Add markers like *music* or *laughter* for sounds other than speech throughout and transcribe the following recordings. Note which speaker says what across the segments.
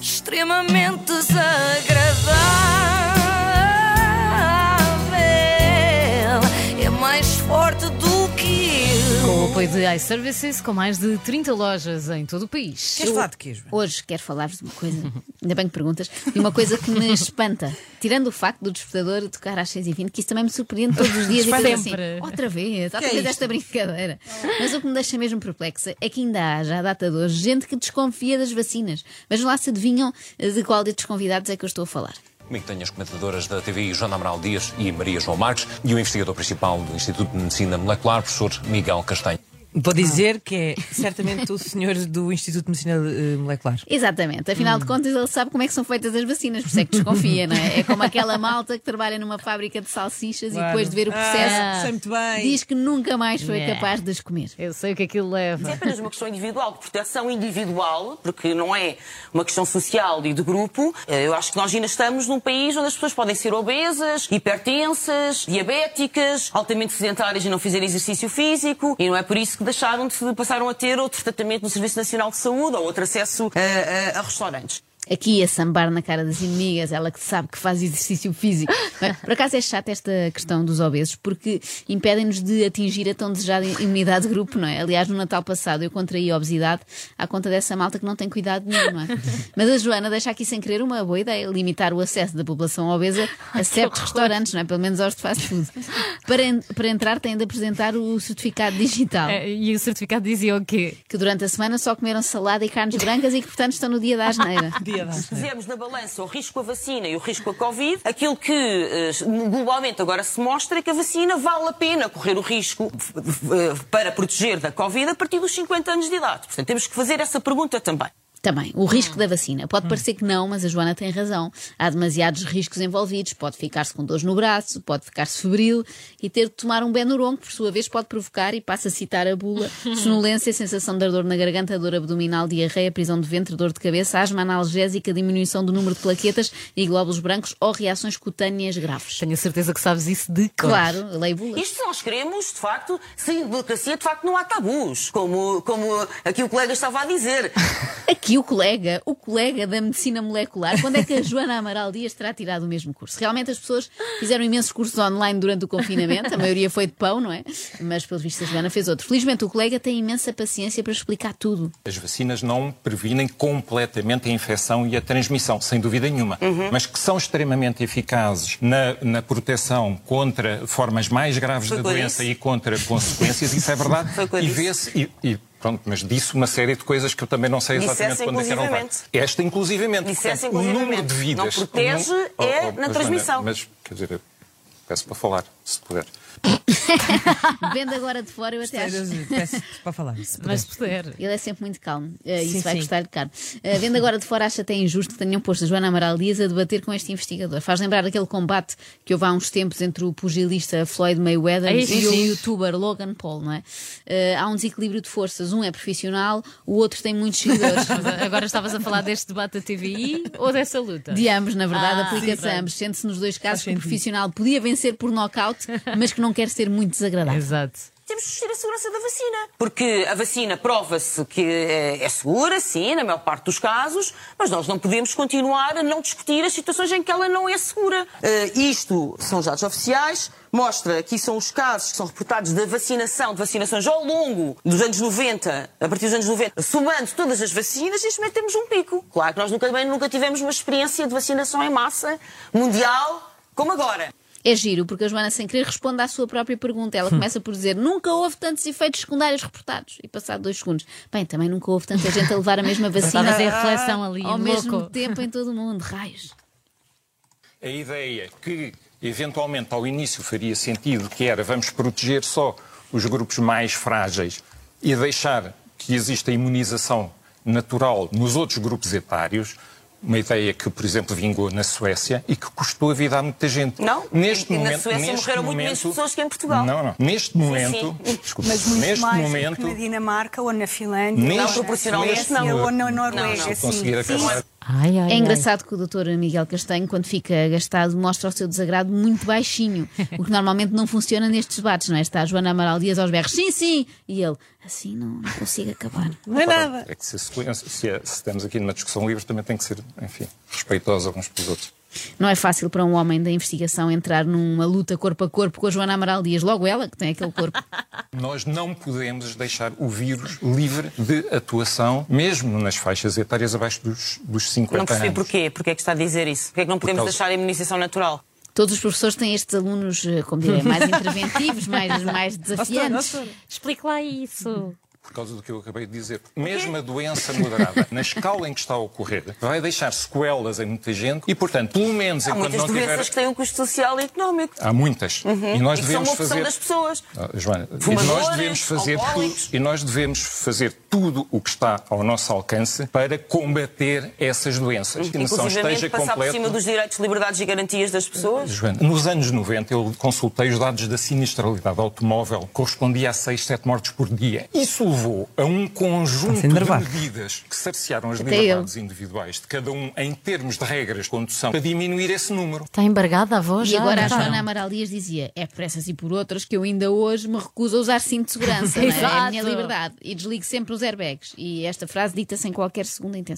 Speaker 1: extremamente desagradável. É mais forte do que
Speaker 2: Com
Speaker 1: eu.
Speaker 2: o apoio de iServices, com mais de 30 lojas em todo o país.
Speaker 3: Queres falar de quê, Joana?
Speaker 4: Hoje quero falar-vos de uma coisa, ainda bem que perguntas, de uma coisa que me espanta. Tirando o facto do despertador tocar às 6h20, que isso também me surpreende todos os dias e
Speaker 2: Espanta.
Speaker 4: penso assim,
Speaker 2: Sempre.
Speaker 4: outra vez, outra
Speaker 3: Que é
Speaker 4: vez
Speaker 3: isto?
Speaker 4: esta brincadeira. Mas o que me deixa mesmo perplexa é que ainda há, já à data de hoje, gente que desconfia das vacinas. Vejam lá se adivinham eh, de qual destes convidados é que eu estou a falar.
Speaker 5: Comigo tenho as comentadoras da TVI Joana Amaral Dias e Maria João Marques e o investigador principal do Instituto de Medicina Molecular, professor Miguel Castanho.
Speaker 3: Vou dizer que é certamente o senhor do Instituto de Medicina eh, Molecular.
Speaker 4: Exatamente, afinal
Speaker 2: Hum.
Speaker 4: de contas ele sabe como é que são feitas as vacinas, por isso é que desconfia, não é? É como aquela malta que trabalha numa fábrica de salsichas
Speaker 3: Claro.
Speaker 4: e depois de ver o processo
Speaker 3: Ah, sei muito bem.
Speaker 4: diz que nunca mais foi
Speaker 2: Yeah.
Speaker 4: capaz de as comer.
Speaker 2: Eu sei o que aquilo
Speaker 6: Mas é
Speaker 2: leva.
Speaker 6: apenas uma questão individual, de proteção individual, porque não é uma questão social e de grupo. Eh, Eu acho que nós ainda estamos num país onde as pessoas podem ser obesas, hipertensas, diabéticas, altamente sedentárias e não fizerem exercício físico, e não é por isso que deixaram de passaram a ter outro tratamento no Serviço Nacional de Saúde ou outro acesso eh, a- a restaurantes.
Speaker 4: Aqui a sambar na cara das inimigas, ela que sabe que faz exercício físico. não é? Por acaso é chata esta questão dos obesos, porque impedem-nos de atingir a tão desejada imunidade de grupo, não é? Aliás, no Natal passado eu contraí a obesidade à conta dessa malta que não tem cuidado nenhum, não é? Mas a Joana deixa aqui sem querer uma boa ideia, limitar o acesso da população obesa a certos restaurantes, não é? Pelo menos aos de fast food. Para, en- para entrar têm de apresentar o certificado digital
Speaker 2: É, E o certificado dizia o quê?
Speaker 4: que durante a semana só comeram salada e carnes brancas e que, portanto, estão no dia da asneira.
Speaker 3: Dia da
Speaker 6: Se fizermos na balança o risco à vacina e o risco à Covid, aquilo que eh, globalmente agora se mostra é que a vacina vale a pena correr o risco f- f- para proteger da Covid a partir dos 50 anos de idade. Portanto, temos que fazer essa pergunta também.
Speaker 4: Também, o risco da vacina. Pode parecer que não, mas a Joana tem razão. Há demasiados riscos envolvidos. Pode ficar-se com dores no braço, pode ficar-se febril e ter de tomar um Benuron, que por sua vez pode provocar, e passa a citar a bula, sonolência, sensação de ardor na garganta, dor abdominal, diarreia, prisão de ventre, dor de cabeça, asma analgésica, diminuição do número de plaquetas e glóbulos brancos ou reações cutâneas graves.
Speaker 2: Tenho a certeza que sabes isso de cor.
Speaker 4: Claro, lei bula.
Speaker 6: Isto se nós queremos, de facto, sem burocracia, de facto, não há tabus, como, como aqui o colega estava a dizer.
Speaker 4: Aqui o colega, o colega da medicina molecular, quando é que a Joana Amaral Dias terá tirado o mesmo curso? Realmente as pessoas fizeram imensos cursos online durante o confinamento, a maioria foi de pão, não é? Mas pelo visto a Joana fez outro. Felizmente o colega tem imensa paciência para explicar tudo.
Speaker 7: As vacinas não previnem completamente a infecção e a transmissão, sem dúvida nenhuma,
Speaker 6: Uhum.
Speaker 7: mas que são extremamente eficazes na, na proteção contra formas mais graves
Speaker 6: Foi
Speaker 7: da
Speaker 6: o que eu
Speaker 7: doença
Speaker 6: disse.
Speaker 7: e contra consequências, isso é
Speaker 6: *laughs*
Speaker 7: verdade.
Speaker 6: Foi o que eu
Speaker 7: e
Speaker 6: disse.
Speaker 7: vê-se. E, e pronto, mas disse uma série de coisas que eu também não sei
Speaker 6: Dissesse
Speaker 7: exatamente quando é que eram
Speaker 6: inclusivamente.
Speaker 7: várias. Esta, inclusivamente.
Speaker 6: Dissesse
Speaker 7: portanto, O número de
Speaker 6: inclusivamente. Não
Speaker 7: vidas. o
Speaker 6: protege,
Speaker 7: número-
Speaker 6: é na
Speaker 7: mas, Joana,
Speaker 6: transmissão.
Speaker 7: Mas, quer dizer, eu peço para falar, se puder.
Speaker 4: Vendo agora de fora, eu até acho.
Speaker 3: Peço
Speaker 4: *laughs*
Speaker 3: para falar. se puder.
Speaker 2: Mas puder.
Speaker 4: Ele é sempre muito calmo. Eh, isso
Speaker 3: Sim,
Speaker 4: vai
Speaker 3: sim.
Speaker 4: custar de caro. Eh, vendo agora de fora, acho até injusto que tenham posto a Joana Amaral Dias a debater com este investigador. Faz lembrar aquele combate que houve há uns tempos entre o pugilista Floyd Mayweather
Speaker 2: Ai,
Speaker 4: e o
Speaker 2: sim.
Speaker 4: youtuber Logan Paul, não é? Eh, há um desequilíbrio de forças. Um é profissional, o outro tem
Speaker 2: *laughs*
Speaker 4: muitos seguidores.
Speaker 2: Mas Agora estavas a falar deste debate da TVI ou dessa luta?
Speaker 4: De ambos, na verdade,
Speaker 2: Ah,
Speaker 4: aplica-se
Speaker 2: sim.
Speaker 4: a ambos. Sente-se nos dois casos que o
Speaker 3: sentido.
Speaker 4: profissional podia vencer por nocaute, mas que não quer ser muito desagradável.
Speaker 2: Exato.
Speaker 6: temos de discutir a segurança da vacina. Porque a vacina prova-se que eh, é segura, sim, na maior parte dos casos, mas nós não podemos continuar a não discutir as situações em que ela não é segura. Eh, isto são os dados oficiais, mostra que são os casos que são reportados da vacinação, de vacinações ao longo dos anos 90, a partir dos anos 90, somando todas as vacinas, neste momento temos um pico. Claro que nós nunca, também nunca tivemos uma experiência de vacinação em massa mundial como agora.
Speaker 4: É giro, porque a Joana, sem querer, responde à sua própria pergunta.
Speaker 2: *laughs*
Speaker 4: Ela começa por dizer: Nunca houve tantos efeitos secundários reportados. E passado dois segundos, bem, também nunca houve tanta gente a levar
Speaker 2: *laughs*
Speaker 4: a mesma
Speaker 2: Estavas em
Speaker 4: vacina
Speaker 2: reflexão ali,
Speaker 4: Ah, ao mesmo
Speaker 2: louco.
Speaker 4: tempo em todo o mundo. Raios.
Speaker 7: a ideia que eventualmente ao início faria sentido, que era vamos proteger só os grupos mais frágeis e deixar que exista imunização natural nos outros grupos etários, uma ideia que, por exemplo, vingou na Suécia e que custou a vida a muita gente.
Speaker 6: Não,
Speaker 7: neste
Speaker 6: e- e na
Speaker 7: momento,
Speaker 6: Suécia
Speaker 7: neste
Speaker 6: morreram muito menos
Speaker 7: momento-
Speaker 6: pessoas que em Portugal.
Speaker 7: Não, não. Neste momento, desculpe,
Speaker 8: Mas muito
Speaker 7: neste
Speaker 8: mais do
Speaker 7: momento,
Speaker 8: que na Dinamarca ou na Finlândia.
Speaker 7: neste,
Speaker 8: ou na
Speaker 6: proporcionalmente,
Speaker 7: neste
Speaker 6: não.
Speaker 8: Suécia
Speaker 7: momento-
Speaker 8: Ou na
Speaker 6: Não,
Speaker 8: Noruega,
Speaker 6: não.
Speaker 8: sim.
Speaker 7: conseguir
Speaker 8: é assim. Sim,
Speaker 7: acabar.
Speaker 2: Ai, ai,
Speaker 4: É engraçado que o doutor Miguel Castanho, quando fica gastado, mostra o seu desagrado muito baixinho, o que normalmente não funciona nestes debates, não é? Está a Joana Amaral Dias aos berros, sim, sim, e ele, assim não, não consigo acabar.
Speaker 3: Não é nada.
Speaker 7: É que se, a sequência- se, é- se estamos aqui numa discussão livre, também tem que ser, enfim, respeitosos uns pelos outros.
Speaker 4: Não é fácil para um homem da investigação entrar numa luta corpo a corpo com a Joana Amaral Dias, logo ela, que tem aquele corpo.
Speaker 7: Nós não podemos deixar o vírus livre de atuação, mesmo nas faixas etárias abaixo dos, dos 50
Speaker 6: Não percebi
Speaker 7: anos.
Speaker 6: porquê. Porquê é que está a dizer isso? Porquê é que não podemos
Speaker 7: causa-
Speaker 6: deixar a imunização natural?
Speaker 4: Todos os professores têm estes alunos, eh, como direi,
Speaker 3: *laughs*
Speaker 4: mais interventivos, mais, mais desafiantes.
Speaker 2: Explique lá isso.
Speaker 7: Por causa do que eu acabei de dizer. Mesmo a doença moderada, na escala em que está a ocorrer, vai deixar sequelas em muita gente e, portanto, pelo menos
Speaker 6: Há
Speaker 7: enquanto
Speaker 6: muitas
Speaker 7: não
Speaker 6: doenças
Speaker 7: tiver.
Speaker 6: que têm um custo social e económico.
Speaker 7: Há muitas. E nós
Speaker 6: e que são
Speaker 7: devemos
Speaker 6: uma opção
Speaker 7: fazer.
Speaker 6: das pessoas.
Speaker 7: Ah, Joana, e
Speaker 6: Fumadores,
Speaker 7: nós, devemos fazer tudo,
Speaker 6: alcoólicos.
Speaker 7: e nós devemos fazer tudo o que está ao nosso alcance para combater essas doenças. Que noção
Speaker 6: Inclusive
Speaker 7: esteja
Speaker 6: passar por
Speaker 7: completo.
Speaker 6: cima dos direitos, liberdades e garantias das pessoas.
Speaker 7: Joana, nos anos 90 eu consultei os dados da sinistralidade automóvel, correspondia a 6, 7 mortes por dia. Isso levou a um conjunto
Speaker 3: Está-se a
Speaker 7: de
Speaker 3: enervar.
Speaker 7: medidas que cercearam as
Speaker 4: Até
Speaker 7: liberdades individuais de cada um em termos de regras de condução para diminuir esse número.
Speaker 2: Está embargada a voz?
Speaker 4: E
Speaker 2: já,
Speaker 4: agora a
Speaker 2: não?
Speaker 4: Joana Amaral Dias dizia: é por essas e por outras que eu ainda hoje me recuso a usar cinto de segurança, não é? é a minha
Speaker 2: Exato.
Speaker 4: liberdade. E desligo sempre os airbags. E esta frase dita sem qualquer segunda intenção.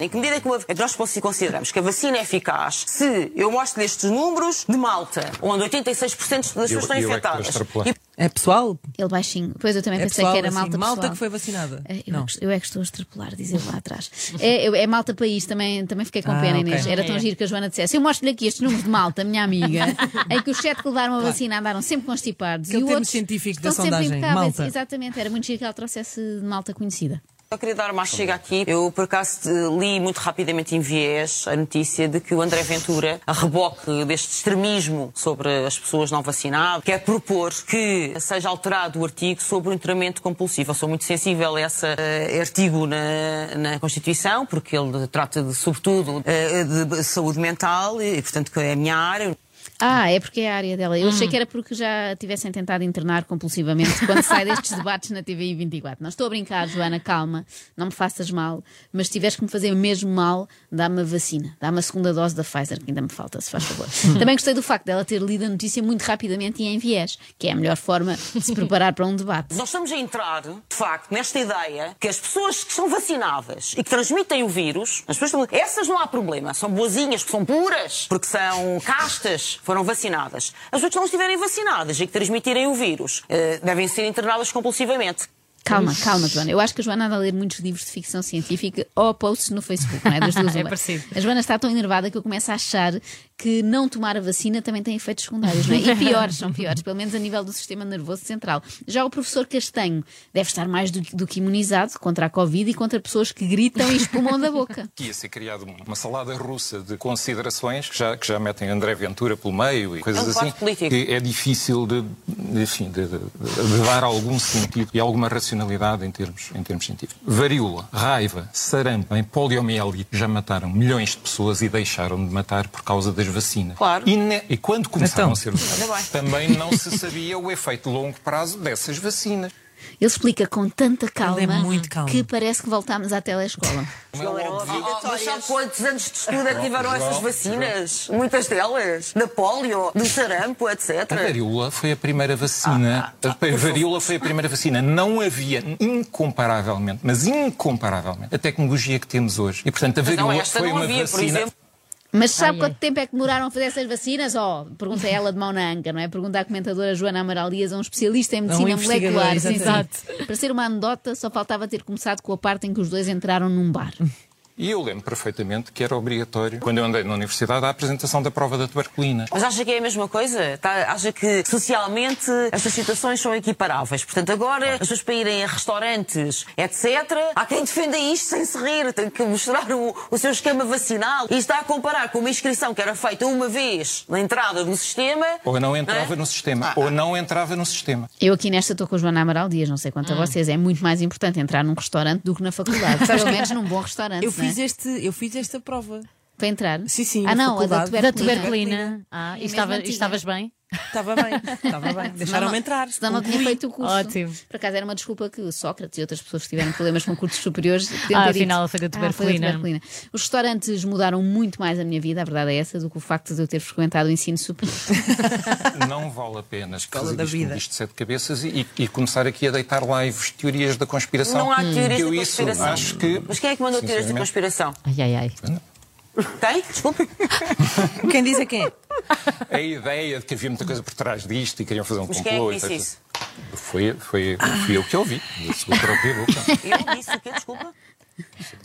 Speaker 6: Em que medida é que, uma- é que nós possi- consideramos que a vacina é eficaz se eu mostro-lhe estes números de malta, onde 86% das
Speaker 7: Eu-
Speaker 6: pessoas estão
Speaker 7: eu é que
Speaker 6: infectadas?
Speaker 7: estou a extrapolar.
Speaker 6: E
Speaker 3: É pessoal?
Speaker 4: Ele baixinho. Pois eu também
Speaker 3: É
Speaker 4: pensei
Speaker 3: pessoal,
Speaker 4: que era
Speaker 3: assim,
Speaker 4: malta pessoal.
Speaker 3: que foi vacinada.
Speaker 4: É, Eu,
Speaker 3: Não.
Speaker 4: é que- eu é que estou a extrapolar, dizer lá
Speaker 3: *laughs*
Speaker 4: atrás. É, eu- é malta país, também, também fiquei com
Speaker 3: Ah,
Speaker 4: pena,
Speaker 3: ok.
Speaker 4: Inês. Era tão giro que a Joana dissesse: Eu mostro-lhe aqui estes números de malta,
Speaker 3: *laughs*
Speaker 4: minha amiga, em que os sete que levaram a vacina andaram sempre constipados.
Speaker 3: Aquele
Speaker 4: e o
Speaker 3: termo
Speaker 4: outro
Speaker 3: científico da
Speaker 4: estão sempre
Speaker 3: sondagem,
Speaker 4: impecáveis.
Speaker 3: malta.
Speaker 4: Exatamente, era muito giro que ela trouxesse de malta conhecida.
Speaker 6: Só queria dar uma chega aqui. Eu, por acaso, eh, li muito rapidamente em viés a notícia de que o André Ventura, a reboque deste extremismo sobre as pessoas não vacinadas, quer propor que seja alterado o artigo sobre o enterramento compulsivo. Eu sou muito sensível a esse eh, artigo na, na Constituição, porque ele trata, de, sobretudo, eh, de saúde mental e, portanto, que é a minha área.
Speaker 4: Ah, é porque é a área dela. Eu achei que era porque já tivessem tentado internar compulsivamente quando sai destes debates na TVI 24. Não estou a brincar, Joana, calma, não me faças mal, mas se tiveres que me fazer mesmo mal, dá-me a vacina, dá-me a segunda dose da Pfizer, que ainda me falta, se faz favor. Também gostei do facto dela ter lido a notícia muito rapidamente e em viés, que é a melhor forma de se preparar para um debate.
Speaker 6: Nós estamos a entrar, de facto, nesta ideia que as pessoas que são vacinadas e que transmitem o vírus, as pessoas, que- essas não há problema, são boazinhas, porque são puras, porque são castas, foram vacinadas. As pessoas que não estiverem vacinadas e que transmitirem o vírus eh, devem ser internadas compulsivamente.
Speaker 4: Calma, calma, Joana. Eu acho que a Joana anda a ler muitos livros de ficção científica ou posts no Facebook, não
Speaker 3: *laughs*
Speaker 4: é? Das duas
Speaker 2: É
Speaker 4: uma.
Speaker 2: parecido.
Speaker 4: A Joana está tão enervada que eu começo a achar que não tomar a vacina também tem efeitos secundários, não é? E piores, são piores, pelo menos a nível do sistema nervoso central. Já o professor Castanho deve estar mais do, do que imunizado contra a Covid e contra pessoas que gritam e espumam
Speaker 3: *laughs*
Speaker 4: da boca.
Speaker 7: Que ia ser criada uma salada russa de considerações que já, que já metem André Ventura pelo meio e coisas
Speaker 6: É um
Speaker 7: assim.
Speaker 6: quadro político.
Speaker 7: que é difícil de, enfim, de, de- de dar algum sentido e alguma racionalidade em termos, em termos científicos. Varíola, raiva, sarampo, em poliomielite já mataram milhões de pessoas e deixaram de matar por causa das vacinas.
Speaker 6: Claro.
Speaker 7: E, ne- e quando
Speaker 3: Então.
Speaker 7: começaram a ser usadas, também não se sabia o efeito de longo prazo dessas vacinas.
Speaker 4: Ele explica com tanta calma,
Speaker 3: Ele é muito calmo.
Speaker 4: que parece que voltámos à telescola.
Speaker 7: Como é óbvio,
Speaker 6: Mas sabe quantos anos de estudo é que tiveram essas vacinas? Muitas delas. Da polio, do sarampo,
Speaker 7: A
Speaker 6: etc.
Speaker 7: varíola foi a primeira
Speaker 6: Ah,
Speaker 7: vacina. a varíola foi a primeira vacina. Não havia incomparavelmente, mas incomparavelmente, a tecnologia que temos hoje. E portanto a
Speaker 6: Mas não,
Speaker 7: varíola
Speaker 6: esta
Speaker 7: foi
Speaker 6: não
Speaker 7: uma
Speaker 6: havia, por
Speaker 7: vacina.
Speaker 6: exemplo.
Speaker 4: Mas sabe
Speaker 2: Ai,
Speaker 4: quanto tempo é que demoraram a fazer essas vacinas? Oh, pergunta ela de mão na anca, não é? Pergunta à comentadora Joana Amaral Dias, a um especialista em medicina
Speaker 3: investigador,
Speaker 4: molecular. Sim, sim.
Speaker 3: exatamente.
Speaker 4: Para ser uma anedota, só faltava ter começado com a parte em que os dois entraram num bar.
Speaker 7: E eu lembro perfeitamente que era obrigatório, quando eu andei na universidade, a apresentação da prova da tuberculina.
Speaker 6: Mas acha que é a mesma coisa? Tá- acha que socialmente estas situações são equiparáveis? Portanto, agora as pessoas para irem a restaurantes, etc. Há quem defenda isto sem se rir, tem que mostrar o, o seu esquema vacinal. E está a comparar com uma inscrição que era feita uma vez na entrada do sistema.
Speaker 7: Ou não
Speaker 6: é?
Speaker 7: entrava no sistema. Ou não entrava no sistema.
Speaker 4: Eu aqui nesta estou com a Joana Amaral Dias, não sei quanto
Speaker 3: Ah.
Speaker 4: a vocês. É muito
Speaker 3: *laughs*
Speaker 4: mais importante entrar num restaurante do que na faculdade. Pelo menos num bom restaurante.
Speaker 3: Eu
Speaker 4: não é?
Speaker 3: fiz, este, eu fiz esta prova.
Speaker 4: para entrar?
Speaker 3: Sim, sim,
Speaker 4: Ah,
Speaker 3: na
Speaker 4: não, a da
Speaker 3: faculdade.
Speaker 2: Da
Speaker 4: tuberculina.
Speaker 2: tuberculina. Ah, e
Speaker 4: É
Speaker 2: estava-
Speaker 4: mesmo antiga.
Speaker 2: estavas bem?
Speaker 3: Estava bem, estava
Speaker 4: *laughs*
Speaker 3: bem.
Speaker 4: Senão não-
Speaker 3: Deixaram-me entrar.
Speaker 4: Senão não tinha
Speaker 3: Concluí.
Speaker 4: feito o curso.
Speaker 2: Ótimo.
Speaker 4: Por acaso era uma desculpa que o Sócrates e outras pessoas que tiveram problemas com cursos superiores podiam
Speaker 2: Ah,
Speaker 4: ter dito.
Speaker 2: afinal, foi da
Speaker 4: Ah,
Speaker 2: tuberculina.
Speaker 4: Os restaurantes mudaram muito mais a minha vida, a verdade é essa, do que o facto de eu ter frequentado o
Speaker 2: *laughs*
Speaker 4: ensino superior.
Speaker 7: Não vale a pena escola
Speaker 3: *laughs* Escola da
Speaker 7: da
Speaker 3: vida.
Speaker 7: isto de sete cabeças e, e- e começar aqui a deitar lives teorias da conspiração.
Speaker 6: Não há teorias
Speaker 7: Eu
Speaker 6: da
Speaker 7: isso
Speaker 6: conspiração.
Speaker 7: acho que
Speaker 6: Mas quem é que mandou teorias da
Speaker 7: sinceramente,
Speaker 6: conspiração?
Speaker 2: Ai, ai, ai.
Speaker 6: Tem? Desculpa.
Speaker 3: Quem diz é quem é?
Speaker 7: A ideia de que havia muita coisa por trás disto e queriam fazer um
Speaker 6: Mas quem é
Speaker 7: complô
Speaker 6: que
Speaker 7: e
Speaker 6: disse
Speaker 7: tal,
Speaker 6: isso?
Speaker 7: Foi, foi, fui eu que ouvi, da sua própria
Speaker 6: *laughs*
Speaker 7: boca.
Speaker 6: Eu disse o quê? Desculpa.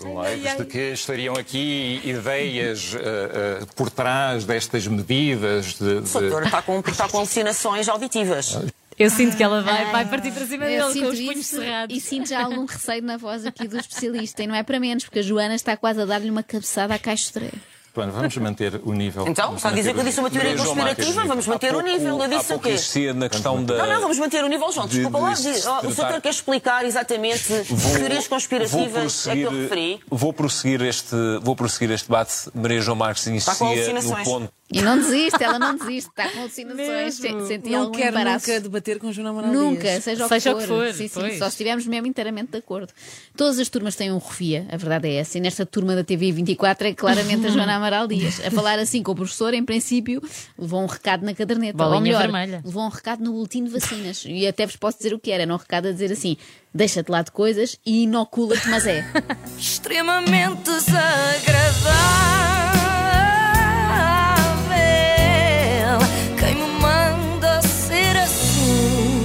Speaker 7: Lives de que estariam aqui ideias ah, ah, por trás destas medidas de.
Speaker 6: O doutor
Speaker 7: de...
Speaker 6: está com, está com alucinações auditivas.
Speaker 2: Eu sinto que ela vai, vai partir para cima
Speaker 4: Eu
Speaker 2: dele com os
Speaker 4: sinto
Speaker 2: punhos
Speaker 4: isso
Speaker 2: cerrados.
Speaker 4: E sinto já algum receio na voz aqui do especialista, e não é para menos, porque a Joana está quase a dar-lhe uma cabeçada à caixa de treino.
Speaker 7: Bom, vamos manter o nível.
Speaker 6: Então,
Speaker 7: Vamos
Speaker 6: só dizer que
Speaker 7: manter
Speaker 6: eu
Speaker 7: o
Speaker 6: disse uma
Speaker 7: nível.
Speaker 6: teoria
Speaker 7: Maria João
Speaker 6: conspirativa,
Speaker 7: Marques,
Speaker 6: vamos manter
Speaker 5: Há
Speaker 6: o
Speaker 5: pouco-
Speaker 6: nível. Eu
Speaker 5: há
Speaker 6: disse o
Speaker 5: pouco
Speaker 6: quê?
Speaker 5: insistia na questão da.
Speaker 6: Não, não, vamos manter o nível, João.
Speaker 5: de-
Speaker 6: Desculpa lá.
Speaker 5: de se
Speaker 6: diz- ó, O
Speaker 5: tratar-
Speaker 6: senhor quer explicar exatamente que teorias conspirativas é que eu referi?
Speaker 5: Vou prosseguir este, vou prosseguir este debate. Maria João Marques
Speaker 6: com
Speaker 5: inicia no
Speaker 6: alucinações.
Speaker 5: ponto.
Speaker 4: E não desiste, ela não desiste, está com alucinações, se- senti
Speaker 3: não
Speaker 4: algum
Speaker 3: quero
Speaker 4: embaraço.
Speaker 3: nunca debater com o João Manuel
Speaker 4: Nunca,
Speaker 3: Dias.
Speaker 4: seja o
Speaker 2: Seja
Speaker 4: que for. Sim, sim,
Speaker 2: pois.
Speaker 4: só estivemos mesmo inteiramente de acordo. Todas as turmas têm um refia, a verdade é essa. E nesta turma da TV 24 é
Speaker 2: *laughs*
Speaker 4: claramente a Joana Amaral Dias. A falar assim com o professor, em princípio, levou um recado na caderneta.
Speaker 2: Bolinha
Speaker 4: ou melhor,
Speaker 2: vermelha.
Speaker 4: levou um recado no boletim de vacinas. E até vos posso dizer o que era. Era um recado a dizer assim: deixa-te lá de coisas e inocula-te, mas é.
Speaker 1: extremamente desagradável. Quem me manda ser assim?